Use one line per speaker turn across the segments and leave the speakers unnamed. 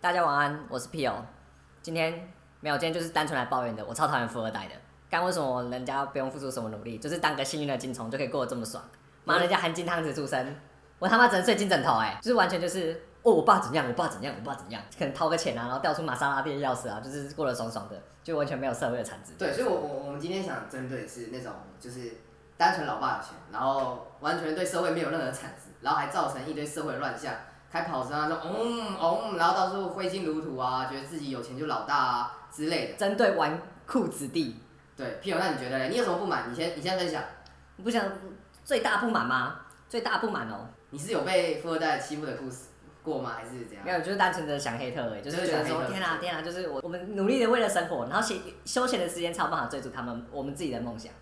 大家晚安，我是 P O。今天没有，今天就是单纯来抱怨的。我超讨厌富二代的，干为什么人家不用付出什么努力，就是当个幸运的金虫就可以过得这么爽？妈，人家含金汤匙出生，我他妈只能睡金枕头、欸，哎，就是完全就是哦，我爸怎样，我爸怎样，我爸怎样，可能掏个钱啊，然后掉出玛莎拉蒂的钥匙啊，就是过得爽爽的，就完全没有社会的产值。
对，所以我我我们今天想针对的是那种就是单纯老爸有钱，然后完全对社会没有任何产值，然后还造成一堆社会乱象，开跑车啊，说嗯嗯，然后到处挥金如土啊，觉得自己有钱就老大啊之类的。
针对纨绔子弟，
对，屁友，那你觉得嘞？你有什么不满？你先你先分享。
不想最大不满吗？最大不满哦，
你是有被富二代欺负的故事过吗？还是怎样
没？有，就是单纯的想黑特而已，就是
就是
觉得
想黑
说
特
天啊天啊，就是我我们努力的为了生活，然后闲休闲的时间才有办法追逐他们我们自己的梦想。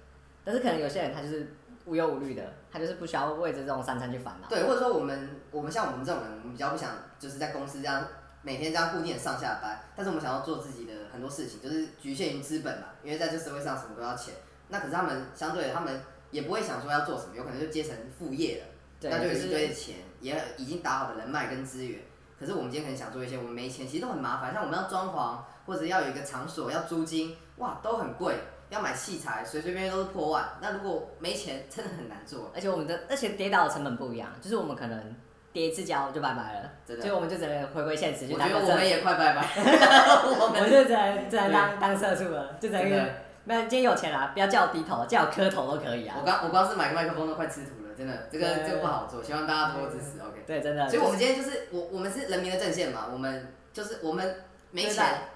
但是可能有些人他就是无忧无虑的，他就是不需要为着这种三餐去烦恼。
对，或者说我们我们像我们这种人，我们比较不想就是在公司这样每天这样固定的上下班，但是我们想要做自己的很多事情，就是局限于资本嘛，因为在这社会上什么都要钱。那可是他们相对的他们也不会想说要做什么，有可能就接成副业了，
对，
那就有
就
一
是
堆钱，也已经打好的人脉跟资源。可是我们今天可能想做一些我们没钱，其实都很麻烦，像我们要装潢或者要有一个场所要租金，哇，都很贵，要买器材随随便便都是破万。那如果没钱，真的很难做，
而且我们的而且跌倒的成本不一样，就是我们可能跌一次跤就拜拜了，
真的
所以。我们就只能回归现实，就
我
当
觉
个
得我
社
们也快拜 拜，我
我
们
们就只能只能当当社畜了，就只
真
能
的，
那今天有钱啊啦，不要叫我低头，叫我磕头都可以啊
我。刚我光是买个麦克风都快吃土了，真的，这个
对
这个不好做，希望大家多支持，OK。
对，真的。
所以我们今天就是我我们是人民的阵线嘛，我们就是我们没
对的
钱，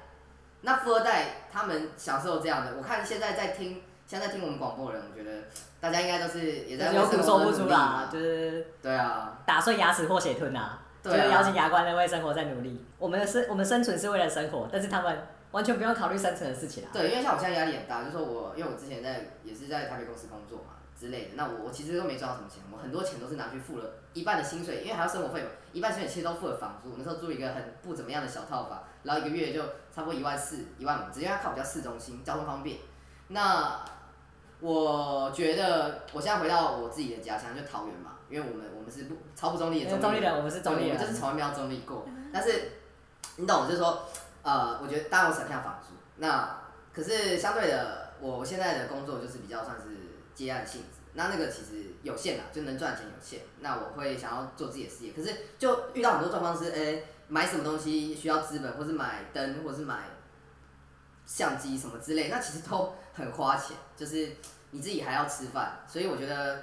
那富二代他们享受这样的，我看现在在听现在在听我们广播的人，我觉得大家应该都是也在为
有
生
苦
活
说不
而努
出
力
啦
嘛，，
就是。
对啊，
打碎牙齿或血吞啊，
对
就
啊
是咬紧牙关的为生活在努力。我们的生我们生存是为了生活，但是他们完全不用考虑生存的事情啊。
对，因为像我现在压力很大，就是说我因为我之前在也是在台北公司工作嘛之类的，那我我其实都没赚到什么钱，我很多钱都是拿去付了一半的薪水，因为还要生活费嘛，一半薪水其实都付了房租。那时候住一个很不怎么样的小套房，然后一个月就差不多一万四、一万五，只因为它靠比较市中心，交通方便。那我觉得我现在回到我自己的家乡，就桃园嘛，因为我们我们是不超不中立
因
的
为
中
中立
人
人，我们是中立
对我
人
们就，是从来没有中立过。但是你懂，我就是说，呃，我觉得当然我省下房租，那可是相对的，我现在的工作就是比较算是接案性质，那那个其实有限啦，啊就能赚钱有限。那我会想要做自己的事业，可是就遇到很多状况是，哎、买什么东西需要资本，或是买灯，或是买相机什么之类，那其实都很花钱，就是你自己还要吃饭，所以我觉得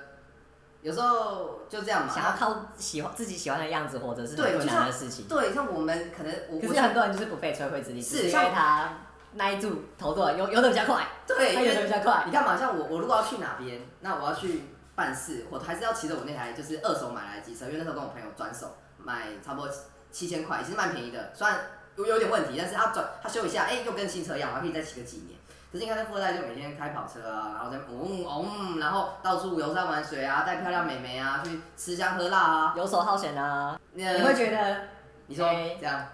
有时候就这样嘛。
想要靠喜欢自己喜欢的样子活着是很
对
困
就
难
像
的事情。
对，像我们可能我
可
我
是很多人就是不费吹灰之力，
是
只因
像
为他那一注投多了，游游的比较快，
对，
他
因
游
为
的比较快。
你看嘛，像我我如果要去哪边，那我要去办事，我还是要骑着我那台就是二手买来的机车，因为那时候跟我朋友转手买差不多七千块，其实蛮便宜的，虽然有有点问题，但是他转他修一下，哎、又跟新车一样，我还可以再骑个几年。可是你看那富二代就每天开跑车啊，然后在嗡嗡，然后到处游山玩水啊，带漂亮美眉啊，去吃香喝辣啊。
游手好闲啊，
你
你会觉得
你说
哎
这样？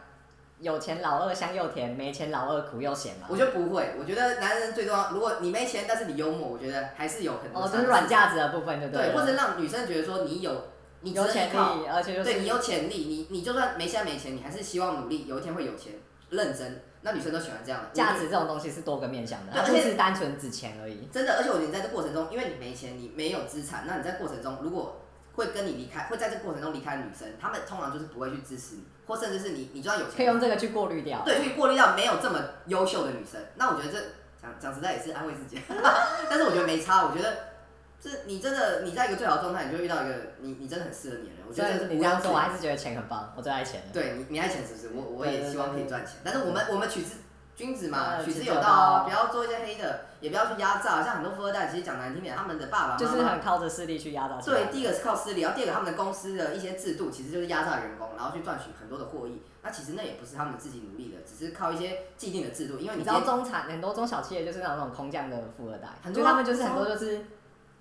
有钱老二香又甜，没钱老二苦又咸吗？
我觉得不会，我觉得男人最重要，如果你没钱，但是你幽默，我觉得还是有很多
哦，
长
就是
处
软架子的部分就
对，
了
或者让女生觉得说你有你值
有
得
潜
依靠，
力，而且就是
对你有潜力，你你就算没现在没钱，你还是希望努力，有一天会有钱，认真，那女生都喜欢这样的
价。值这种东西是多个面向的，
对
它
而
不
且
是单纯指钱而已。
真的，而且我觉得你在这过程中，因为你没钱，你没有资产，那你在过程中如果会跟你离开，会在这过程中离开的女生，她们通常就是不会去支持你，或甚至是你，你就算有
可以
钱，
用这个去过滤掉。
对，去过滤掉没有这么优秀的女生，那我觉得这讲讲实在也是安慰自己， 但是我觉得没差，我觉得。这你真的你在一个最好的状态，你就会遇到一个你你真的很适合你的人。我觉
虽
得
然
这
你这样说，
不
我
用
还是觉得钱很棒，我最爱钱了。
对你，你爱钱是不是？我我
对
也
对
希望可以赚钱，但是我们我们取之君子嘛，
呃
取
取
之
之
有
有
道
道
啊，不要做一些黑的，也不要去压榨。像很多富二代，其实讲难听点，他们的爸爸妈妈
就是很靠着势力去压榨钱。啊
对，第一个是靠私利，然后第二个他们的公司的一些制度，其实就是压榨员工，然后去赚取很多的获益。那其实那也不是他们自己努力的，只是靠一些既定的制度，因为
你
你
知道
今天
中产很多中小企业就是那种空降的富二代，
很
就
多啊
他们就是很多就是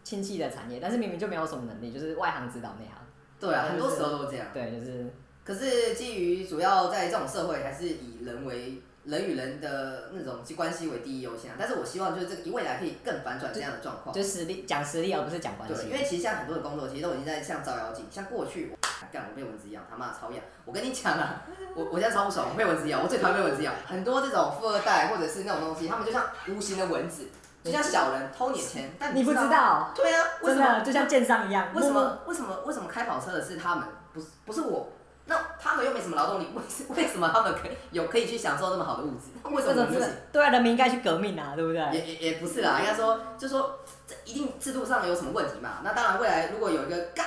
亲戚的产业，但是明明就没有什么能力，就是外行指导内行。
对啊，
对
很
就
多
是
时候都是这样。
对，就是
可是基于主要在这种社会，还是以人为人与人的那种关系为第一优先啊。但是我希望就是这个未来可以更反转这样的
哦
状况。
就实力讲实力而不是讲关
对，
系
因。为其实像很多的工作，其实都已经在像照妖镜，像过去我干我被蚊子咬，他妈超痒！我跟你讲啊，我我现在超不爽，我被蚊子咬，我最讨厌被蚊子咬。很多这种富二代或者是那种东西，他们就像无形的蚊子，就像小人偷你的钱，但
你不知。道，
对啊，为
真
什么
的就像奸商一样，
为什
默默
么为什么为什么开跑车的是他们，不是不是我？那他们又没什么劳动力，为什为什么他们可以有可以去享受那么好的物质？为什
为什
么我
么
们不
真
行
的？对啊，人民应该去革命啊，对不
也
对？
也也不是啦，应该说就说这一定制度上有什么问题嘛？那当然，未来如果有一个嘎，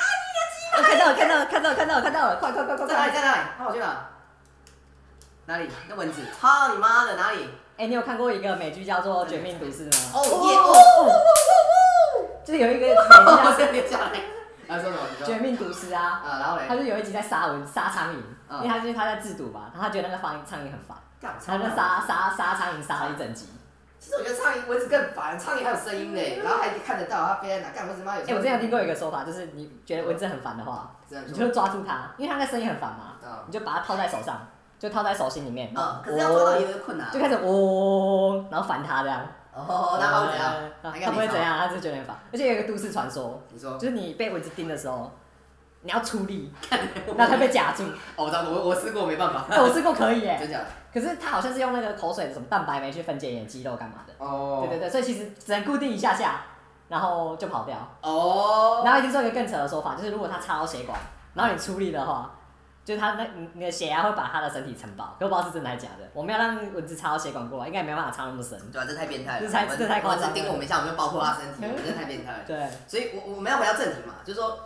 我哦看到了，看到了，看到了，看到了，看到了，快快快快
哦在哪里
快！
在哪里？他跑去哪？哪里？那蚊子，操你妈的 哪里？
哎，你有看过一个美剧叫做《绝命毒师》吗？
哦耶哦，
就是有一个美
我
剧
直接留下来。 他说什么？你
叫《
说
绝命毒师》啊，
啊，然后嘞
他，就有一集在杀蚊杀苍蝇，因
嗯
为他就是他在制毒嘛，然后他觉得那个苍蝇苍蝇很烦，
干
他就杀杀杀苍蝇杀了一整集。
其实我觉得苍蝇蚊子更烦，苍蝇还有声音 嘞，然后还看得到它飞在哪，干蚊子妈有时
哎、
候。
我之前有听过一个说法，就是你觉得蚊子很烦的话，
这样
你
说
就抓住它，因为它那声音很烦嘛，
啊
你就把它套在手上，就套在手心里面，
啊，可是要做到有
嗡
点困难啊
就。开始嗡，然后烦它这样。
哦，那他会怎样？
呃
应该没
它不会
差
怎样，它只是觉得很烦。而且有一个都市传说，
你说
就，是你被蚊子叮的时候，你要出力， 那它被夹住。
哦，我知道，我我试过没办法，
哎、我试过可以耶、
真假的？
可是它好像是用那个口水的什么蛋白酶去分解你的肌肉干嘛的。
哦
对对对，所以其实只能固定一下下，然后就跑掉。
哦，
然后一定说一个更扯的说法，就是如果它插到血管，然后你出力的话，就是它那你你的血压会把它的身体撑爆，可我不知道是真的还是假的。我们要让蚊子插到血管过来，应该没办法插那么深。
对啊，这太变态了，
这太这太夸张了嗯
蚊子叮我们一下，我们就爆破他身体，我们这太变态了。
对，
所以我我们要回到正题嘛，就是说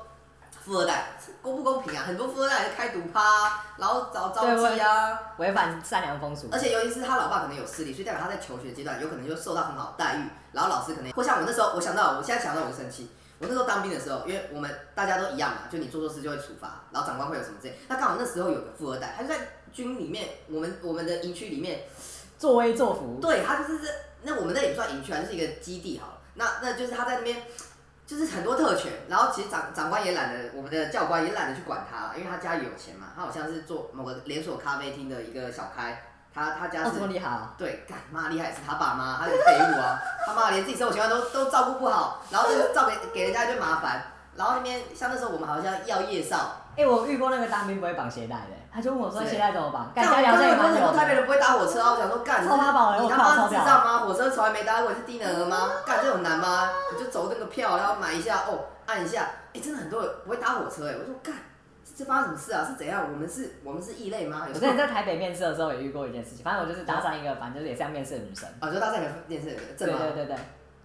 富二代公不公平啊？很多富二代开赌趴，啊然后找
对
招
我
妓啊，
违反善良风俗
而。且尤其是他老爸可能有势力，所以代表他在求学阶段有可能就受到很好的待遇，然后老师可能或像我那时候，我想到我现在想到我就生气。我那时候当兵的时候，因为我们大家都一样嘛，就你做错事就会处罚，然后长官会有什么之类。那刚好那时候有个富二代，他就在军里面，我们我们的营区里面
作威作福，
对，他就是这，那我们那也不算营区啊，就是一个基地好了。那那就是他在那边，就是很多特权，然后其实长长官也懒得，我们的教官也懒得去管他了，因为他家里有钱嘛，他好像是做某个连锁咖啡厅的一个小开，他他家
哦，
是。
这么厉害啊！
对，干妈厉害是他爸妈，他是废物啊，他妈连自己生活习惯都都照顾不好，然后就照给给人家就麻烦，然后那边像那时候我们好像要夜少，
哎、我遇过那个当兵不会绑鞋带的，他就问我说
是
鞋带怎么绑，
干
干家里好像也蛮
很多
有
台北
的。
人不会搭火车啊，我想说干，你
超妈宝的
你
我
他
靠
妈
超
智
屌
障吗？火车从来没搭过，你是低能儿吗？干这种难吗？你就走那个票，然后买一下哦，按一下，哎、真的很多人不会搭火车哎、我说干，这这发生什么事啊？是怎样？我们是我们是异类吗？
我
有
之
时候
前在台北面试的时候也遇过一件事情，反正我就是搭上一个，反正就是也是要面试的女生。
啊，就搭上你的电视
对
正吗？
对对对，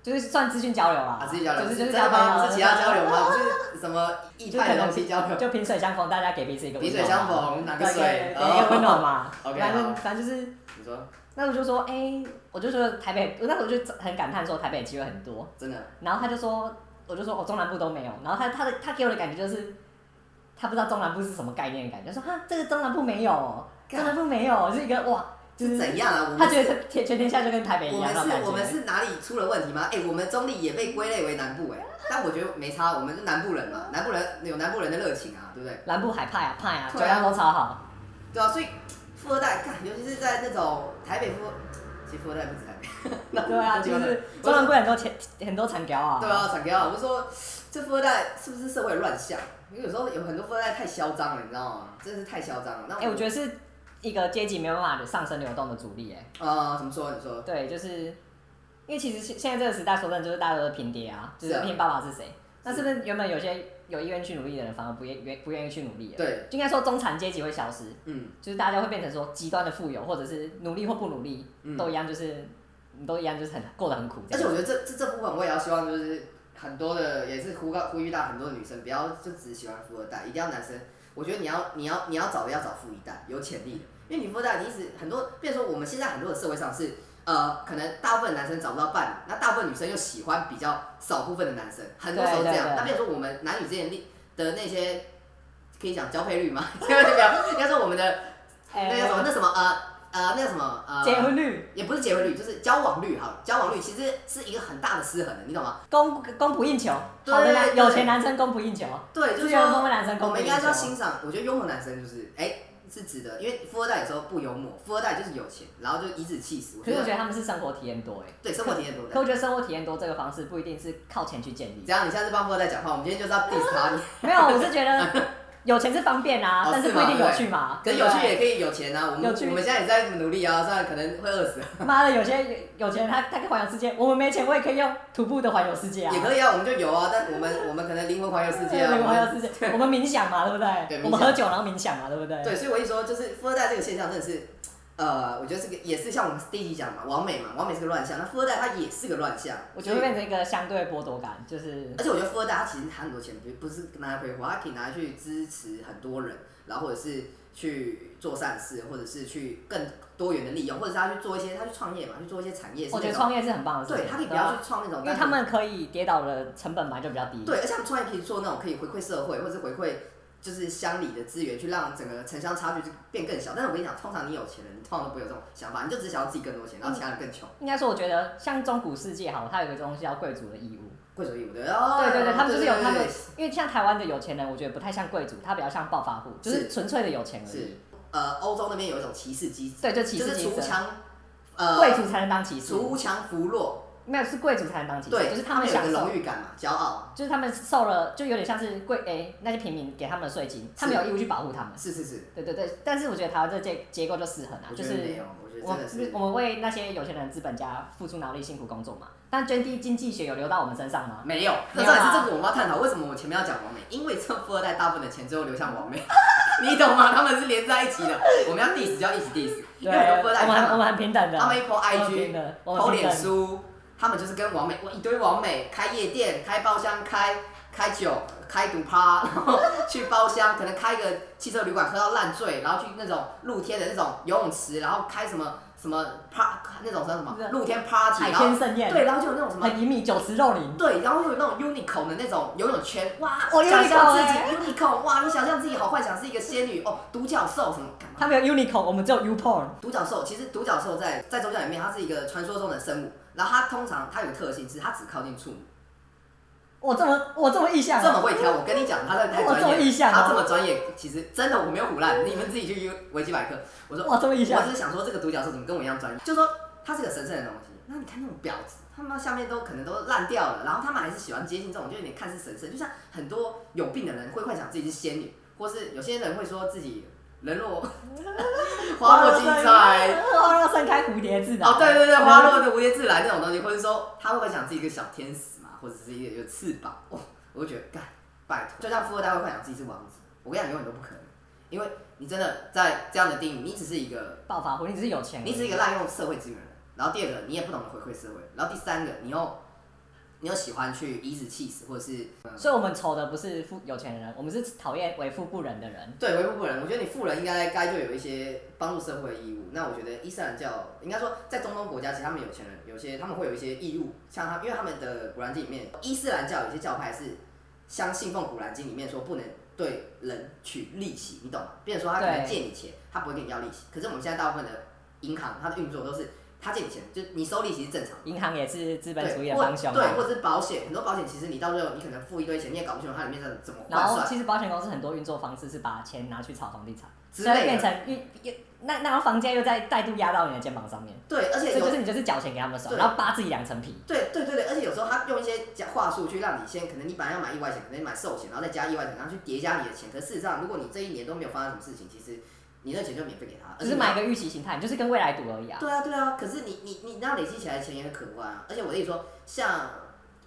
就是算资讯交流啦，
啊，自己交流，
就是就是
真的吗？
交
不是其他交
流
流吗？不是什么异
就
派
可
的
能
东西交流，
就萍水相逢，大家给彼此一个温
萍
暖
水
嘛
相，逢，哪个
对对
水？
对，一个温暖嘛。
OK，
反
好
正反正就是，
你说
那我就说，哎、我就说台北，我那时候就很感叹说台北机会很多，
真的，
然后他就说，我就说我、哦、中南部都没有，然后他他的他给我的感觉就是，他不知道中南部是什么概念的感觉，说哈这个中南部没有哦，
干
中南部没有，是一个哇，就是是
怎样啊？我
他
们
觉得全全天下就跟台北一
我
样
们
那种感
是，
觉。
我们是哪里出了问题吗？哎、我们中立也被归类为南部哎、但我觉得没差，我们是南部人嘛，南部人有南部人的热情啊，对不对？
南部海派啊派啊，酒
对啊
量都超好，
对啊，所以富二代，看，尤其是在那种台北富，其实富二代不止台北，
对啊，就是中
中南
南
部
部很多钱很多产条啊。
对啊，闪给啊，我就说这富二代是不是社会乱象？因为有时候有很多富二代太嚣张了，你知道吗？真的是太嚣张了。那
哎、我觉得是一个阶级没有办法上升流动的阻力、哎，
呃，怎么说？你说
对，就是因为其实现现在这个时代，说真的，就是大家都是拼爹啊，就是
啊
是拼爸爸是谁。那是不是原本有些有意愿去努力的人，反而不愿愿不愿意去努力了？
对，
就应该说中产阶级会消失，
嗯，
就是大家会变成说极端的富有，或者是努力或不努力、
嗯
都一样，就是你都一样，就是很过得很苦这
而且
样。
我觉得这这这部分我也要希望就是很多的也是呼告呼吁到很多的女生不要就只喜欢富二代，一定要男生。我觉得你要你要你要找的要找富一代，有潜力的，因为你富二代你一直很多，变成说我们现在很多的社会上是呃，可能大部分男生找不到伴侣，那大部分女生又喜欢比较少部分的男生，很多时候这
对对
样
对。
那变成说我们男女之间的那些可以讲交配率吗？这个代表应该说我们的那
哎
个什么那什么呃呃那个什么呃
结婚率
也不是结婚率，就是交往率哈，交往率其实是一个很大的失衡的，你懂吗？
供供不应求，
对
好的男
对
有钱男生供不应求，
对，就是
资源丰富
说
啊男生
我
供不
们
应
应该
求
说。欣赏，我觉得幽默男生就是哎、是值得，因为富二代有时候不幽默，富二代就是有钱，然后就颐指气使，我
可
觉
是我
得
觉得他们是生活体验多哎、
对生活体验多
可
的。
我觉得生活体验多这个方式不一定是靠钱去建立。 啊
怎样？你下次帮富二代讲话，我们今天就是要 diss 他，你
没有，我是觉得有钱是方便啊，
哦
但
是
不一
吗
定有趣嘛。
可
对
是有
不
趣
对
也可以有钱啊，我们
啊有趣
我们现在也在努力啊，虽然可能会饿死，
妈的，有些有有钱人他他可以环游世界，我们没钱，我也可以用徒步的环游世界啊。
也可以啊，我们就有啊，但我们我们可能灵魂环游世 界啊，
对
我
环
们
游世界，我们冥想嘛，对不对？
对冥想
我们喝酒然后冥想嘛，对不对？
对，所以我一说就是富二代这个现象真的是，呃，我觉得这个也是像我们第一集讲的嘛，完美嘛，完美是个乱象，那富二代他也是个乱象，
我觉得会变成一个相对剥夺感，就是
而且我觉得富二代他其实他很多钱不不是拿来挥霍，他可以拿来去支持很多人，然后或者是去做善事，或者是去更多元的利用，或者是他去做一些他去创业嘛，去做一些产业是
我觉
那
得
种，
创业是很棒的事情。
对他可以不
对
要
吧
去创那种
因为
单纯，
他们可以跌倒的成本本来就比较低。
对，而且他们创业可以做那种可以回馈社会，或者是回馈就是乡里的资源，去让整个城乡差距就变更小。但是我跟你讲，通常你有钱人，你通常都不会有这种想法，你就只想要自己更多钱，然后其他人更穷，
应该说，我觉得像中古世界好，它有一个东西叫贵族的义务。
贵族义务对哦，
对对对，他们就是有他们
对，
因为像台湾的有钱人，我觉得不太像贵族，他比较像暴发户，就是
是
纯粹的有钱而
是
已。
呃，欧洲那边有一种骑士机制，
对，就骑
就
士
是
精
除
神，
强呃
啊贵族才能当骑士，
除强扶弱，
没有是贵族才能当骑士，
对，
就是
他
们
有一
享
个
受
荣誉感嘛，骄傲，
就是他们受了，就有点像是贵诶、那些平民给他们的税金，他们有义务去保护他们。
是是是，
对对对，但是我觉得台湾这结结构就失衡啊，
我
就
觉得没
是
有，我觉得
我
真
们
的是
我们为那些有钱人资本家付出劳力辛苦工作嘛，但捐地经济学有流到我们身上吗？
没有，
没
那
有
到底
啊
是这个我们要探讨为什么我前面要讲完美，因为这富二代大部分的钱最后流向完美， 你懂吗？他们是连在一起的，我们要 diss 就要一起 diss，因
对，
为很多富二代
我
你
们很
看
我
嘛
们很平等的，
他们一 po
我们平
IG，
等，我们
po
平
脸
等。
书，他们就是跟完美，哇一堆完美，开夜店、开包厢、开开酒、开赌趴，然后 去包厢，可能开一个汽车旅馆喝到烂醉，然后去那种露天的那种游泳池，然后开什么什么趴那种叫什么
不是
露天 party，
海
然后
天盛宴，
对，然后就有那种什么
很隐秘，九池肉林，
对，然后又有那种 unicorn 的那种游泳圈，哇，
哦
想象
unicorn
自己
欸
unicorn，哇，你想象自己好幻想是一个仙女哦，独角兽什么干嘛？
他们有 unicorn，我们只有 u porn。
独角兽其实独角兽在在宗教里面，它是一个传说中的生物，然后它通常它有个特性是它只靠近处女，
我这么我这么意向，啊
这么会挑，我跟你讲，他在太
我这么
专
意
业，
向
他
哦
这么专业，其实真的我没有胡乱，你们自己去 U 维基百科，我说
哇这么意
我
向，
只是想说这个独角兽怎么跟我一样专业，就说它是个神圣的东西。那你看那种婊子，他们下面都可能都烂掉了，然后他们还是喜欢接近这种，就有点看似神圣。就像很多有病的人会幻想自己是仙女，或是有些人会说自己人若 花若精彩，
花落盛开，蝴蝶自来。
哦，对对对，花落的蝴蝶自来那种东西，或者说他会幻想自己一个小天使嘛，或者是一个有翅膀，哦，我就觉得干，拜托，就像富二代会幻想自己是王子，我跟你讲，永远都不可能，因为你真的在这样的定义，你只是一个
暴发户，你只是有钱而已，
你只是一个滥用社会资源的人，然后第二个你也不懂得回馈社会，然后第三个你又你又喜欢去颐指气使，或者是、呃
所以我们愁的不是富有钱人，我们是讨厌为富不仁的人。
对为富不仁。我觉得你富人应该该就有一些帮助社会的义务。那我觉得伊斯兰教应该说在中东国家，其实他们有钱人有些他们会有一些义务，像他因为他们的古兰经里面，伊斯兰教有些教派是相信奉古兰经里面说不能对人取利息，你懂吗？比如说他可能
对
借你钱，他不会跟你要利息，可是我们现在大部分的银行它的运作都是他借你钱，就你收利息是正常的。
银行也是资本主义
对，
的
或
帮凶
对，
嘛。
或者是保险，很多保险其实你到最后你可能付一堆钱，你也搞不清楚它里面是怎么
然
换
后
算
其实保险公司很多运作方式是把钱拿去炒房地产，
之
所以
类
变
的。
成一一那那然后房价又再再度压到你的肩膀上面，
对，而
所
且
以
有
就是你就是缴钱给他们爽，
对
然后扒自己两层皮。
对对对对，而且有时候他用一些假话术去让你先，可能你本来要买意外险，可能你买寿险，然后再加意外险，然后去叠加你的钱。可是事实上，如果你这一年都没有发生什么事情，其实你那钱就免费给他，而
只
且
是
你
买一个预期形态，你就是跟未来赌而已啊。
对啊，对啊，可是你你你那累积起来的钱也很可观啊。而且我跟你说，像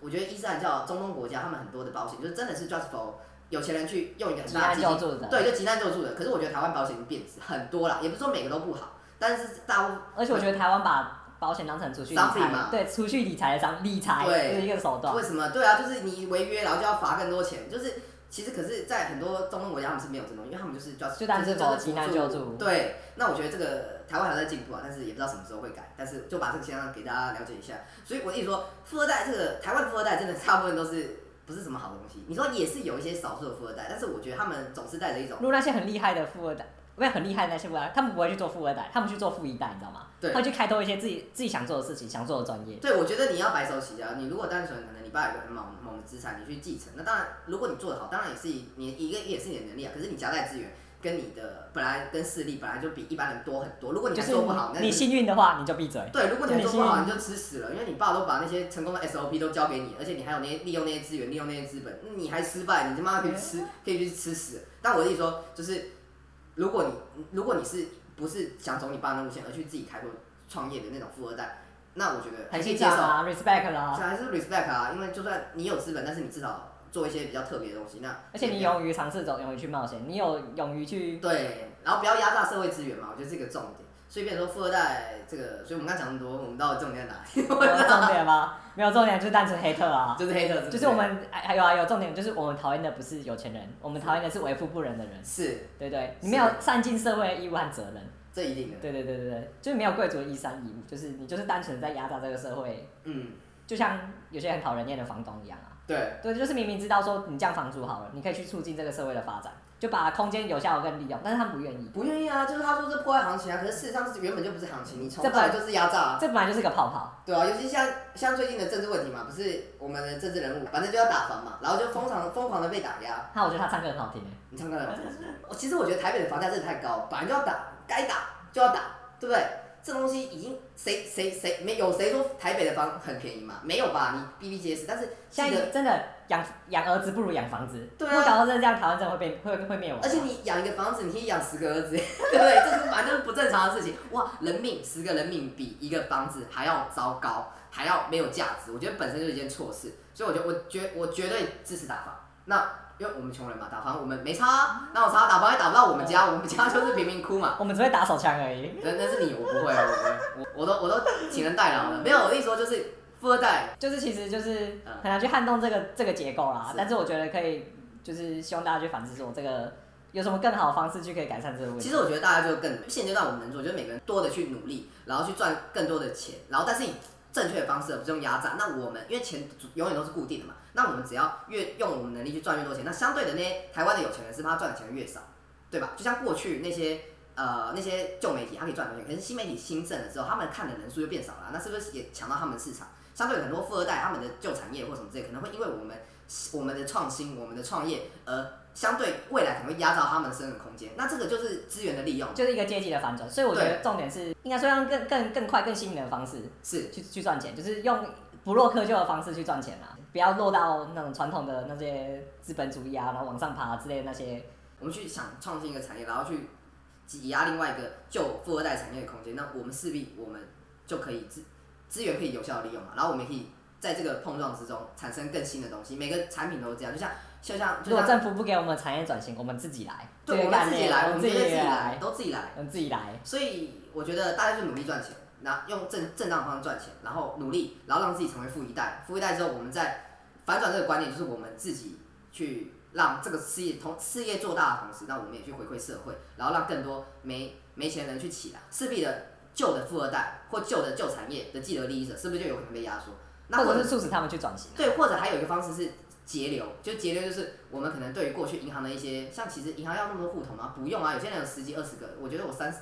我觉得伊斯兰教中东国家，他们很多的保险就是真的是 just for 有钱人去用一个很
急
大的
难
基
救
金，
助的，
对，就急难救助的。可是我觉得台湾保险已经变质很多啦，也不是说每个都不好，但是大部分
而且我觉得台湾把保险当成储蓄理
商品嘛
财，对，储蓄理财的商理财
对
是一个手段
为。什么？对啊，就是你违约，然后就要罚更多钱，就是。其实，可是，在很多中东国家，他们是没有这种，因为他们就是
就
just
当
是
是保
就是
急难救助
对，那我觉得这个台湾还在进步啊，但是也不知道什么时候会改，但是就把这个现象给大家了解一下。所以我一直说，富二代这个台湾的富二代真的大部分都是不是什么好东西。你说也是有一些少数的富二代，但是我觉得他们总是带着一种
如果那些很厉害的富二代，不是很厉害的那些富二代，他们不会去做富二代，他们去做富一代，你知道吗？
对
他们去开拓一些自己自己想做的事情，想做的专业。
对，我觉得你要白手起家。你如果单纯可能你爸有个很猛猛的资产，你去继承，那当然，如果你做得好，当然也是你一个也是你的能力啊。可是你夹带资源，跟你的本来跟视力本来就比一般人多很多。如果你
就
还
是
做不好，那
你幸运的话，你就闭嘴。
对，如果你还
对
做不好，
你
你就吃屎了，因为你爸都把那些成功的 SOP 都交给你，而且你还有那些利用那些资源，利用那些资本，你还失败，你他妈可以
啊
去吃，可以去吃屎。但我的意思说，就是如果你如果你是不是想走你爸那路线，而去自己开拓创业的那种富二代，那我觉得还
很
可以
欣
接
赏
受，
啊，respect 啦，
还是 respect 啊，因为就算你有资本，但是你至少做一些比较特别的东西，那
而且你勇于尝试走，勇于去冒险，你有勇于去
对，然后不要压榨社会资源嘛，我觉得这个重点。所以变成说富二代这个，所以我们刚讲那么多，我们到底重点在哪里？
没有重点吗？没有重点就是单纯黑特啊，
就是黑特质，
就是我们哎还有啊有重点，就是我们讨厌的不是有钱人，我们讨厌的是为富不仁的人，
是
对不对？
是
你没有善尽社会的义务和责任，
这一定的，
对对对对对，就是没有贵族的义善义务，就是你就是单纯在压榨这个社会，
嗯，
就像有些很讨人厌的房东一样啊。
对，
对，就是明明知道说你降房租好了，你可以去促进这个社会的发展，就把空间有效的更利用，但是他们不愿意，
不愿意啊，就是他说这破坏行情啊，可是事实上是原本就不是行情，你从
嗯这
来就是压榨、啊，
这本来就是个泡泡，
对啊，尤其像像最近的政治问题嘛，不是我们的政治人物，反正就要打房嘛，然后就疯狂疯狂的被打压，
那我觉得他唱歌很好听欸
你唱歌了吗？我其实我觉得台北的房价真的太高，本来就要打，该打就要打，对不对？这东西已经谁谁谁没有谁说台北的房很便宜嘛？没有吧？你比比皆是，但是
现
记得
在真的养养儿子不如养房子，
对啊
如果搞到真的这样，台湾真的会被会会灭亡。啊
而且你养一个房子，你可以养十个儿子，对 不对？这是反正不正常的事情。哇，人命十个人命比一个房子还要糟糕，还要没有价值，我觉得本身就是一件错事。所以我觉得我绝我绝对支持打房。那因为我们穷人嘛，打房我们没差、啊，那我差打房也打不到我们家，我们家就是贫民窟嘛。
我们只会打手枪而已。
那那是你，我不会，我不会，我我都我都请人代劳了。没有，我的意思说就是富二代，
就是其实就是
嗯
很难去撼动这个这个结构啦。
是
但是我觉得可以，就是希望大家去反思说这个有什么更好的方式去可以改善这个问题。
其实我觉得大家就更现阶段我们能做，就是每个人多的去努力，然后去赚更多的钱，然后但是以正确的方式，不是用压榨。那我们因为钱永远都是固定的嘛，那我们只要越用我们能力去赚越多钱，那相对的那些台湾的有钱人是他赚的钱越少，对吧？就像过去那些。呃，那些旧媒体他可以赚很多钱，可是新媒体兴盛了之后，他们看的人数就变少了，那是不是也抢到他们的市场？相对很多富二代，他们的旧产业或什么之类，可能会因为我们我们的创新、我们的创业，而相对未来可能会压榨他们的生存空间。那这个就是资源的利用，
就是一个阶级的反转，所以我觉得重点是应该说用更更更快、更新颖的方式
是
去去赚钱，就是用不落窠臼的方式去赚钱啦，不要落到那种传统的那些资本主义啊，然后往上爬之类的那些。
我们去想创新一个产业，然后去挤压另外一个旧富二代产业的空间，那我们势必我们就可以资资源可以有效的利用嘛，然后我们也可以在这个碰撞之中产生更新的东西。每个产品都是这样，就像就像
如
就
果
像
政府不给我们产业转型，我们自己来，这
啊对，
个
我们
概
自己
念
来，
我
我
们
们
自
绝对自己来，
来，
都自己来。
我们自己来。
所以我觉得大家就努力赚钱，那用正正当的方式赚钱，然后努力，然后让自己成为富一代。富一代之后，我们再反转这个观念，就是我们自己去让这个事业同事业做大的同时，那我们也去回馈社会，然后让更多没没钱人去起来，势必的旧的富二代或旧的旧产业的既得利益者，是不是就有可能被压缩？那
或
或
者
者
是促使他们去转型。
对，或者还有一个方式是节流，就节流就是我们可能对于过去银行的一些，像其实银行要那么多户头吗？不用啊，有些人有十几二十个，我觉得我三十。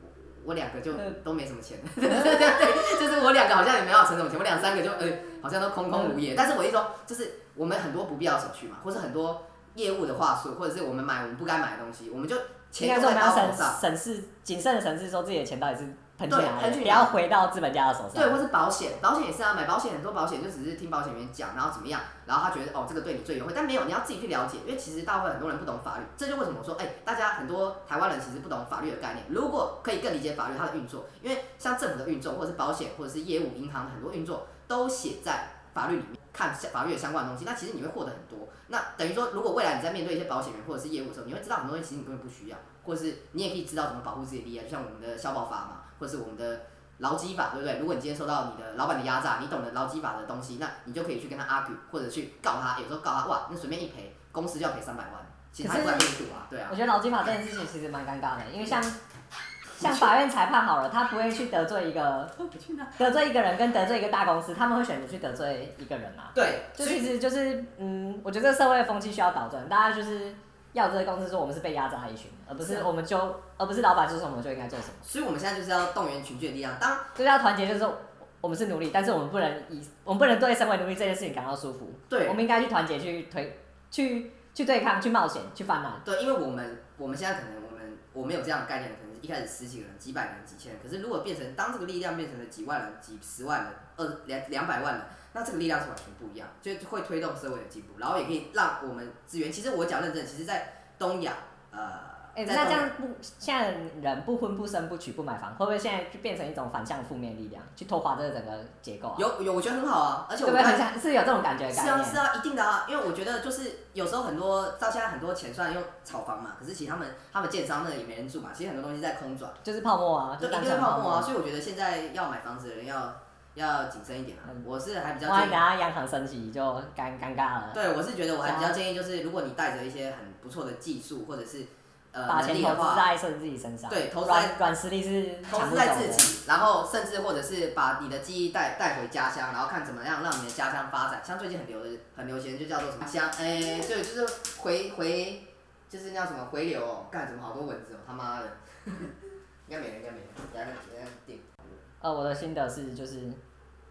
我我两个就
嗯
都没什么钱，对对 对，就是我两个好像也没有要存什么钱，我两三个就呃好像都空空
嗯
如也。但是我一说，就是我们很多不必要的手续嘛，或是很多业务的话术，或者是我们买我们不该买的东西，我们就
应
钱
该
用
说我
在
们要
刀口
审
上，
审视，谨慎的审视，说自己的钱到底是喷去
对
哪
喷
里，
去
不
哪
要
里
回到资本家的手
对，
上。
或是保险，保险也是啊，买保险很多保险就只是听保险员讲，然后怎么样，然后他觉得哦这个对你最优惠，但没有，你要自己去了解，因为其实大部分很多人不懂法律，这就为什么我说哎、大家很多台湾人其实不懂法律的概念，如果可以更理解法律它的运作，因为像政府的运作，或者是保险，或者是业务、银行的很多运作都写在法律里面，看法律的相关的东西，那其实你会获得很多。那等于说，如果未来你在面对一些保险员或者是业务的时候，你会知道很多东西其实你根本不需要，或是你也可以知道怎么保护自己的利益啊，就像我们的消保法嘛，或是我们的劳基法，对不对？如果你今天受到你的老板的压榨，你懂得劳基法的东西，那你就可以去跟他 argue，或者去告他。有时候告他，哇，那随便一赔，公司就要赔三百万，其实他也不敢跟你赌啊，对啊
我，觉得劳基法这件事情其实蛮尴尬的，因 为像像法院裁判好了，他不会去得罪一 个得罪一个人跟得罪一个大公司，他们会选择去得罪一个人啊。
对，
就
所以
其实就是嗯，我觉得这社会的风气需要导正，大家就是要有这个公司说我们是被压榨的一群，而不
是
是
啊
我们就而不是老板说什么我们就应该做什么，
所以我们现在就是要动员群聚的力量。当
就是要团结，就是说我们是奴隶，但是我们不能以我们不能对身为奴隶这件事情感到舒服。
对
我们应该去团结，去推，去去对抗，去冒险，去泛滥。
对，因为我们我们现在可能我们我们有这样的概念，可能一开始十几个人、几百个人、几千人，可是如果变成当这个力量变成了几万人、几十万人、二两两百万人，那这个力量是完全不一样，就会推动社会的进步，然后也可以让我们资源。其实我讲认真，其实，在东亚，呃，
哎、
在
那这
东亚
样不，现在人不婚不生不娶不买房，会不会现在就变成一种反向负面力量，去拖垮这个整个结构、啊？
有有，我觉得很好啊，而且
对不
我
对？
们
很像是有这种感觉的概
是啊
念。
是啊，一定的啊，因为我觉得就是有时候很多到现在很多钱虽然用炒房嘛，可是其实他们他们建商那也没人住嘛，其实很多东西在空转，
就是泡沫啊，
就
就
一
单
堆
纯
泡沫
啊。
啊，所以我觉得现在要买房子的人要要谨慎一点啊
嗯。
我是还比较
万一等
建议，
下央行升息就尴尴尬了。
对我是觉得我还比较建议就是，如果你带着一些很不错的技术或者是呃
把
能
钱
力
投
的
资
话，
在自己身上，
对投资在
软软实力是
投
抢
资
不走
在
的
自。己，然后甚至或者是把你的记忆带带回家乡，然后看怎么样让你的家乡发展。像最近很流的很流行，就叫做什么乡，哎、对，就是回回，就是那叫什么回流哦，干什么好多蚊子哦，他妈的， 应该没了，应该没了，等一下等一下定。
呃，我的心得是就是。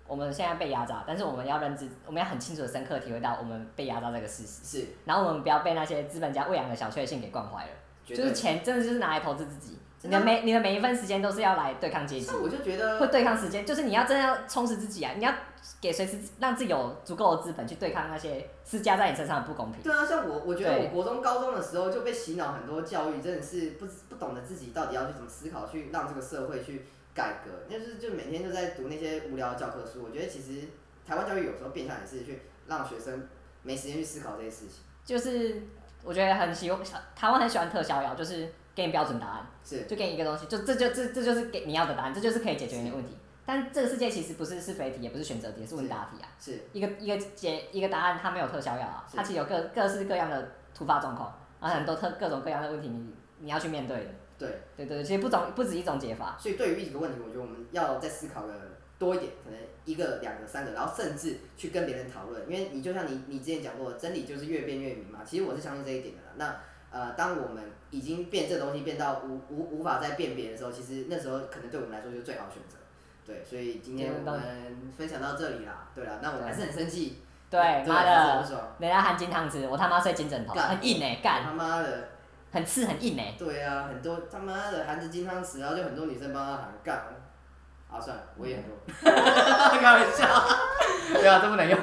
我们现在被压榨，但是我们要认知，我们要很清楚的、深刻地体会到我们被压榨这个事实，
是，
然后我们不要被那些资本家喂养的小确幸给惯坏了。
绝
就是
对。
钱真的就是拿来投资自己，你
真的
的每你的每一份时间都是要来对抗阶级
那，我就觉得
会对抗时间，就是你要真的要充实自己啊！你要给随时让自己有足够的资本去对抗那些施加在你身上的不公平。
对啊，像我，我觉得
对
我国中、高中的时候就被洗脑很多教育，真的是不知不懂得自己到底要去怎么思考，去让这个社会去改革。那就是就每天就在读那些无聊的教科书。我觉得其实台湾教育有时候变相也是去让学生没时间去思考这些事情。
就是我觉得很喜欢台湾很喜欢特效药，就是给你标准答案，
是，
就给你一个东西，就这就这这就是给你要的答案，这就是可以解决你的问题。但这个世界其实不是是非题，也不是选择题，是问答题啊。
是，
一个一个解一个答案，它没有特效药啊，
是
它其实有各各式各样的突发状况，然后很多特各种各样的问题你，你要去面对的。
对。
对对，对其实不总不止一种解法，
所以对于一个问题，我觉得我们要再思考的多一点，可能一个、两个、三个，然后甚至去跟别人讨论。因为你就像你你之前讲过，真理就是越辩越明嘛。其实我是相信这一点的啦。那呃，当我们已经变这东西变到无无无法再辨别的时候，其实那时候可能对我们来说就是最好的选择。对，所以今天
对
我们分享到这里啦。对啦，那我们还是很生气。
对，妈
啊还是很
的
不，爽。
人家含金汤匙，我他妈睡金枕头，
干
很硬哎、干，
他妈的，
很刺，很硬哎、
对啊，很多他妈的含着金汤匙，然后就很多女生帮他 喊干。啊，算了，我也很多，开玩笑，对啊，这不能用。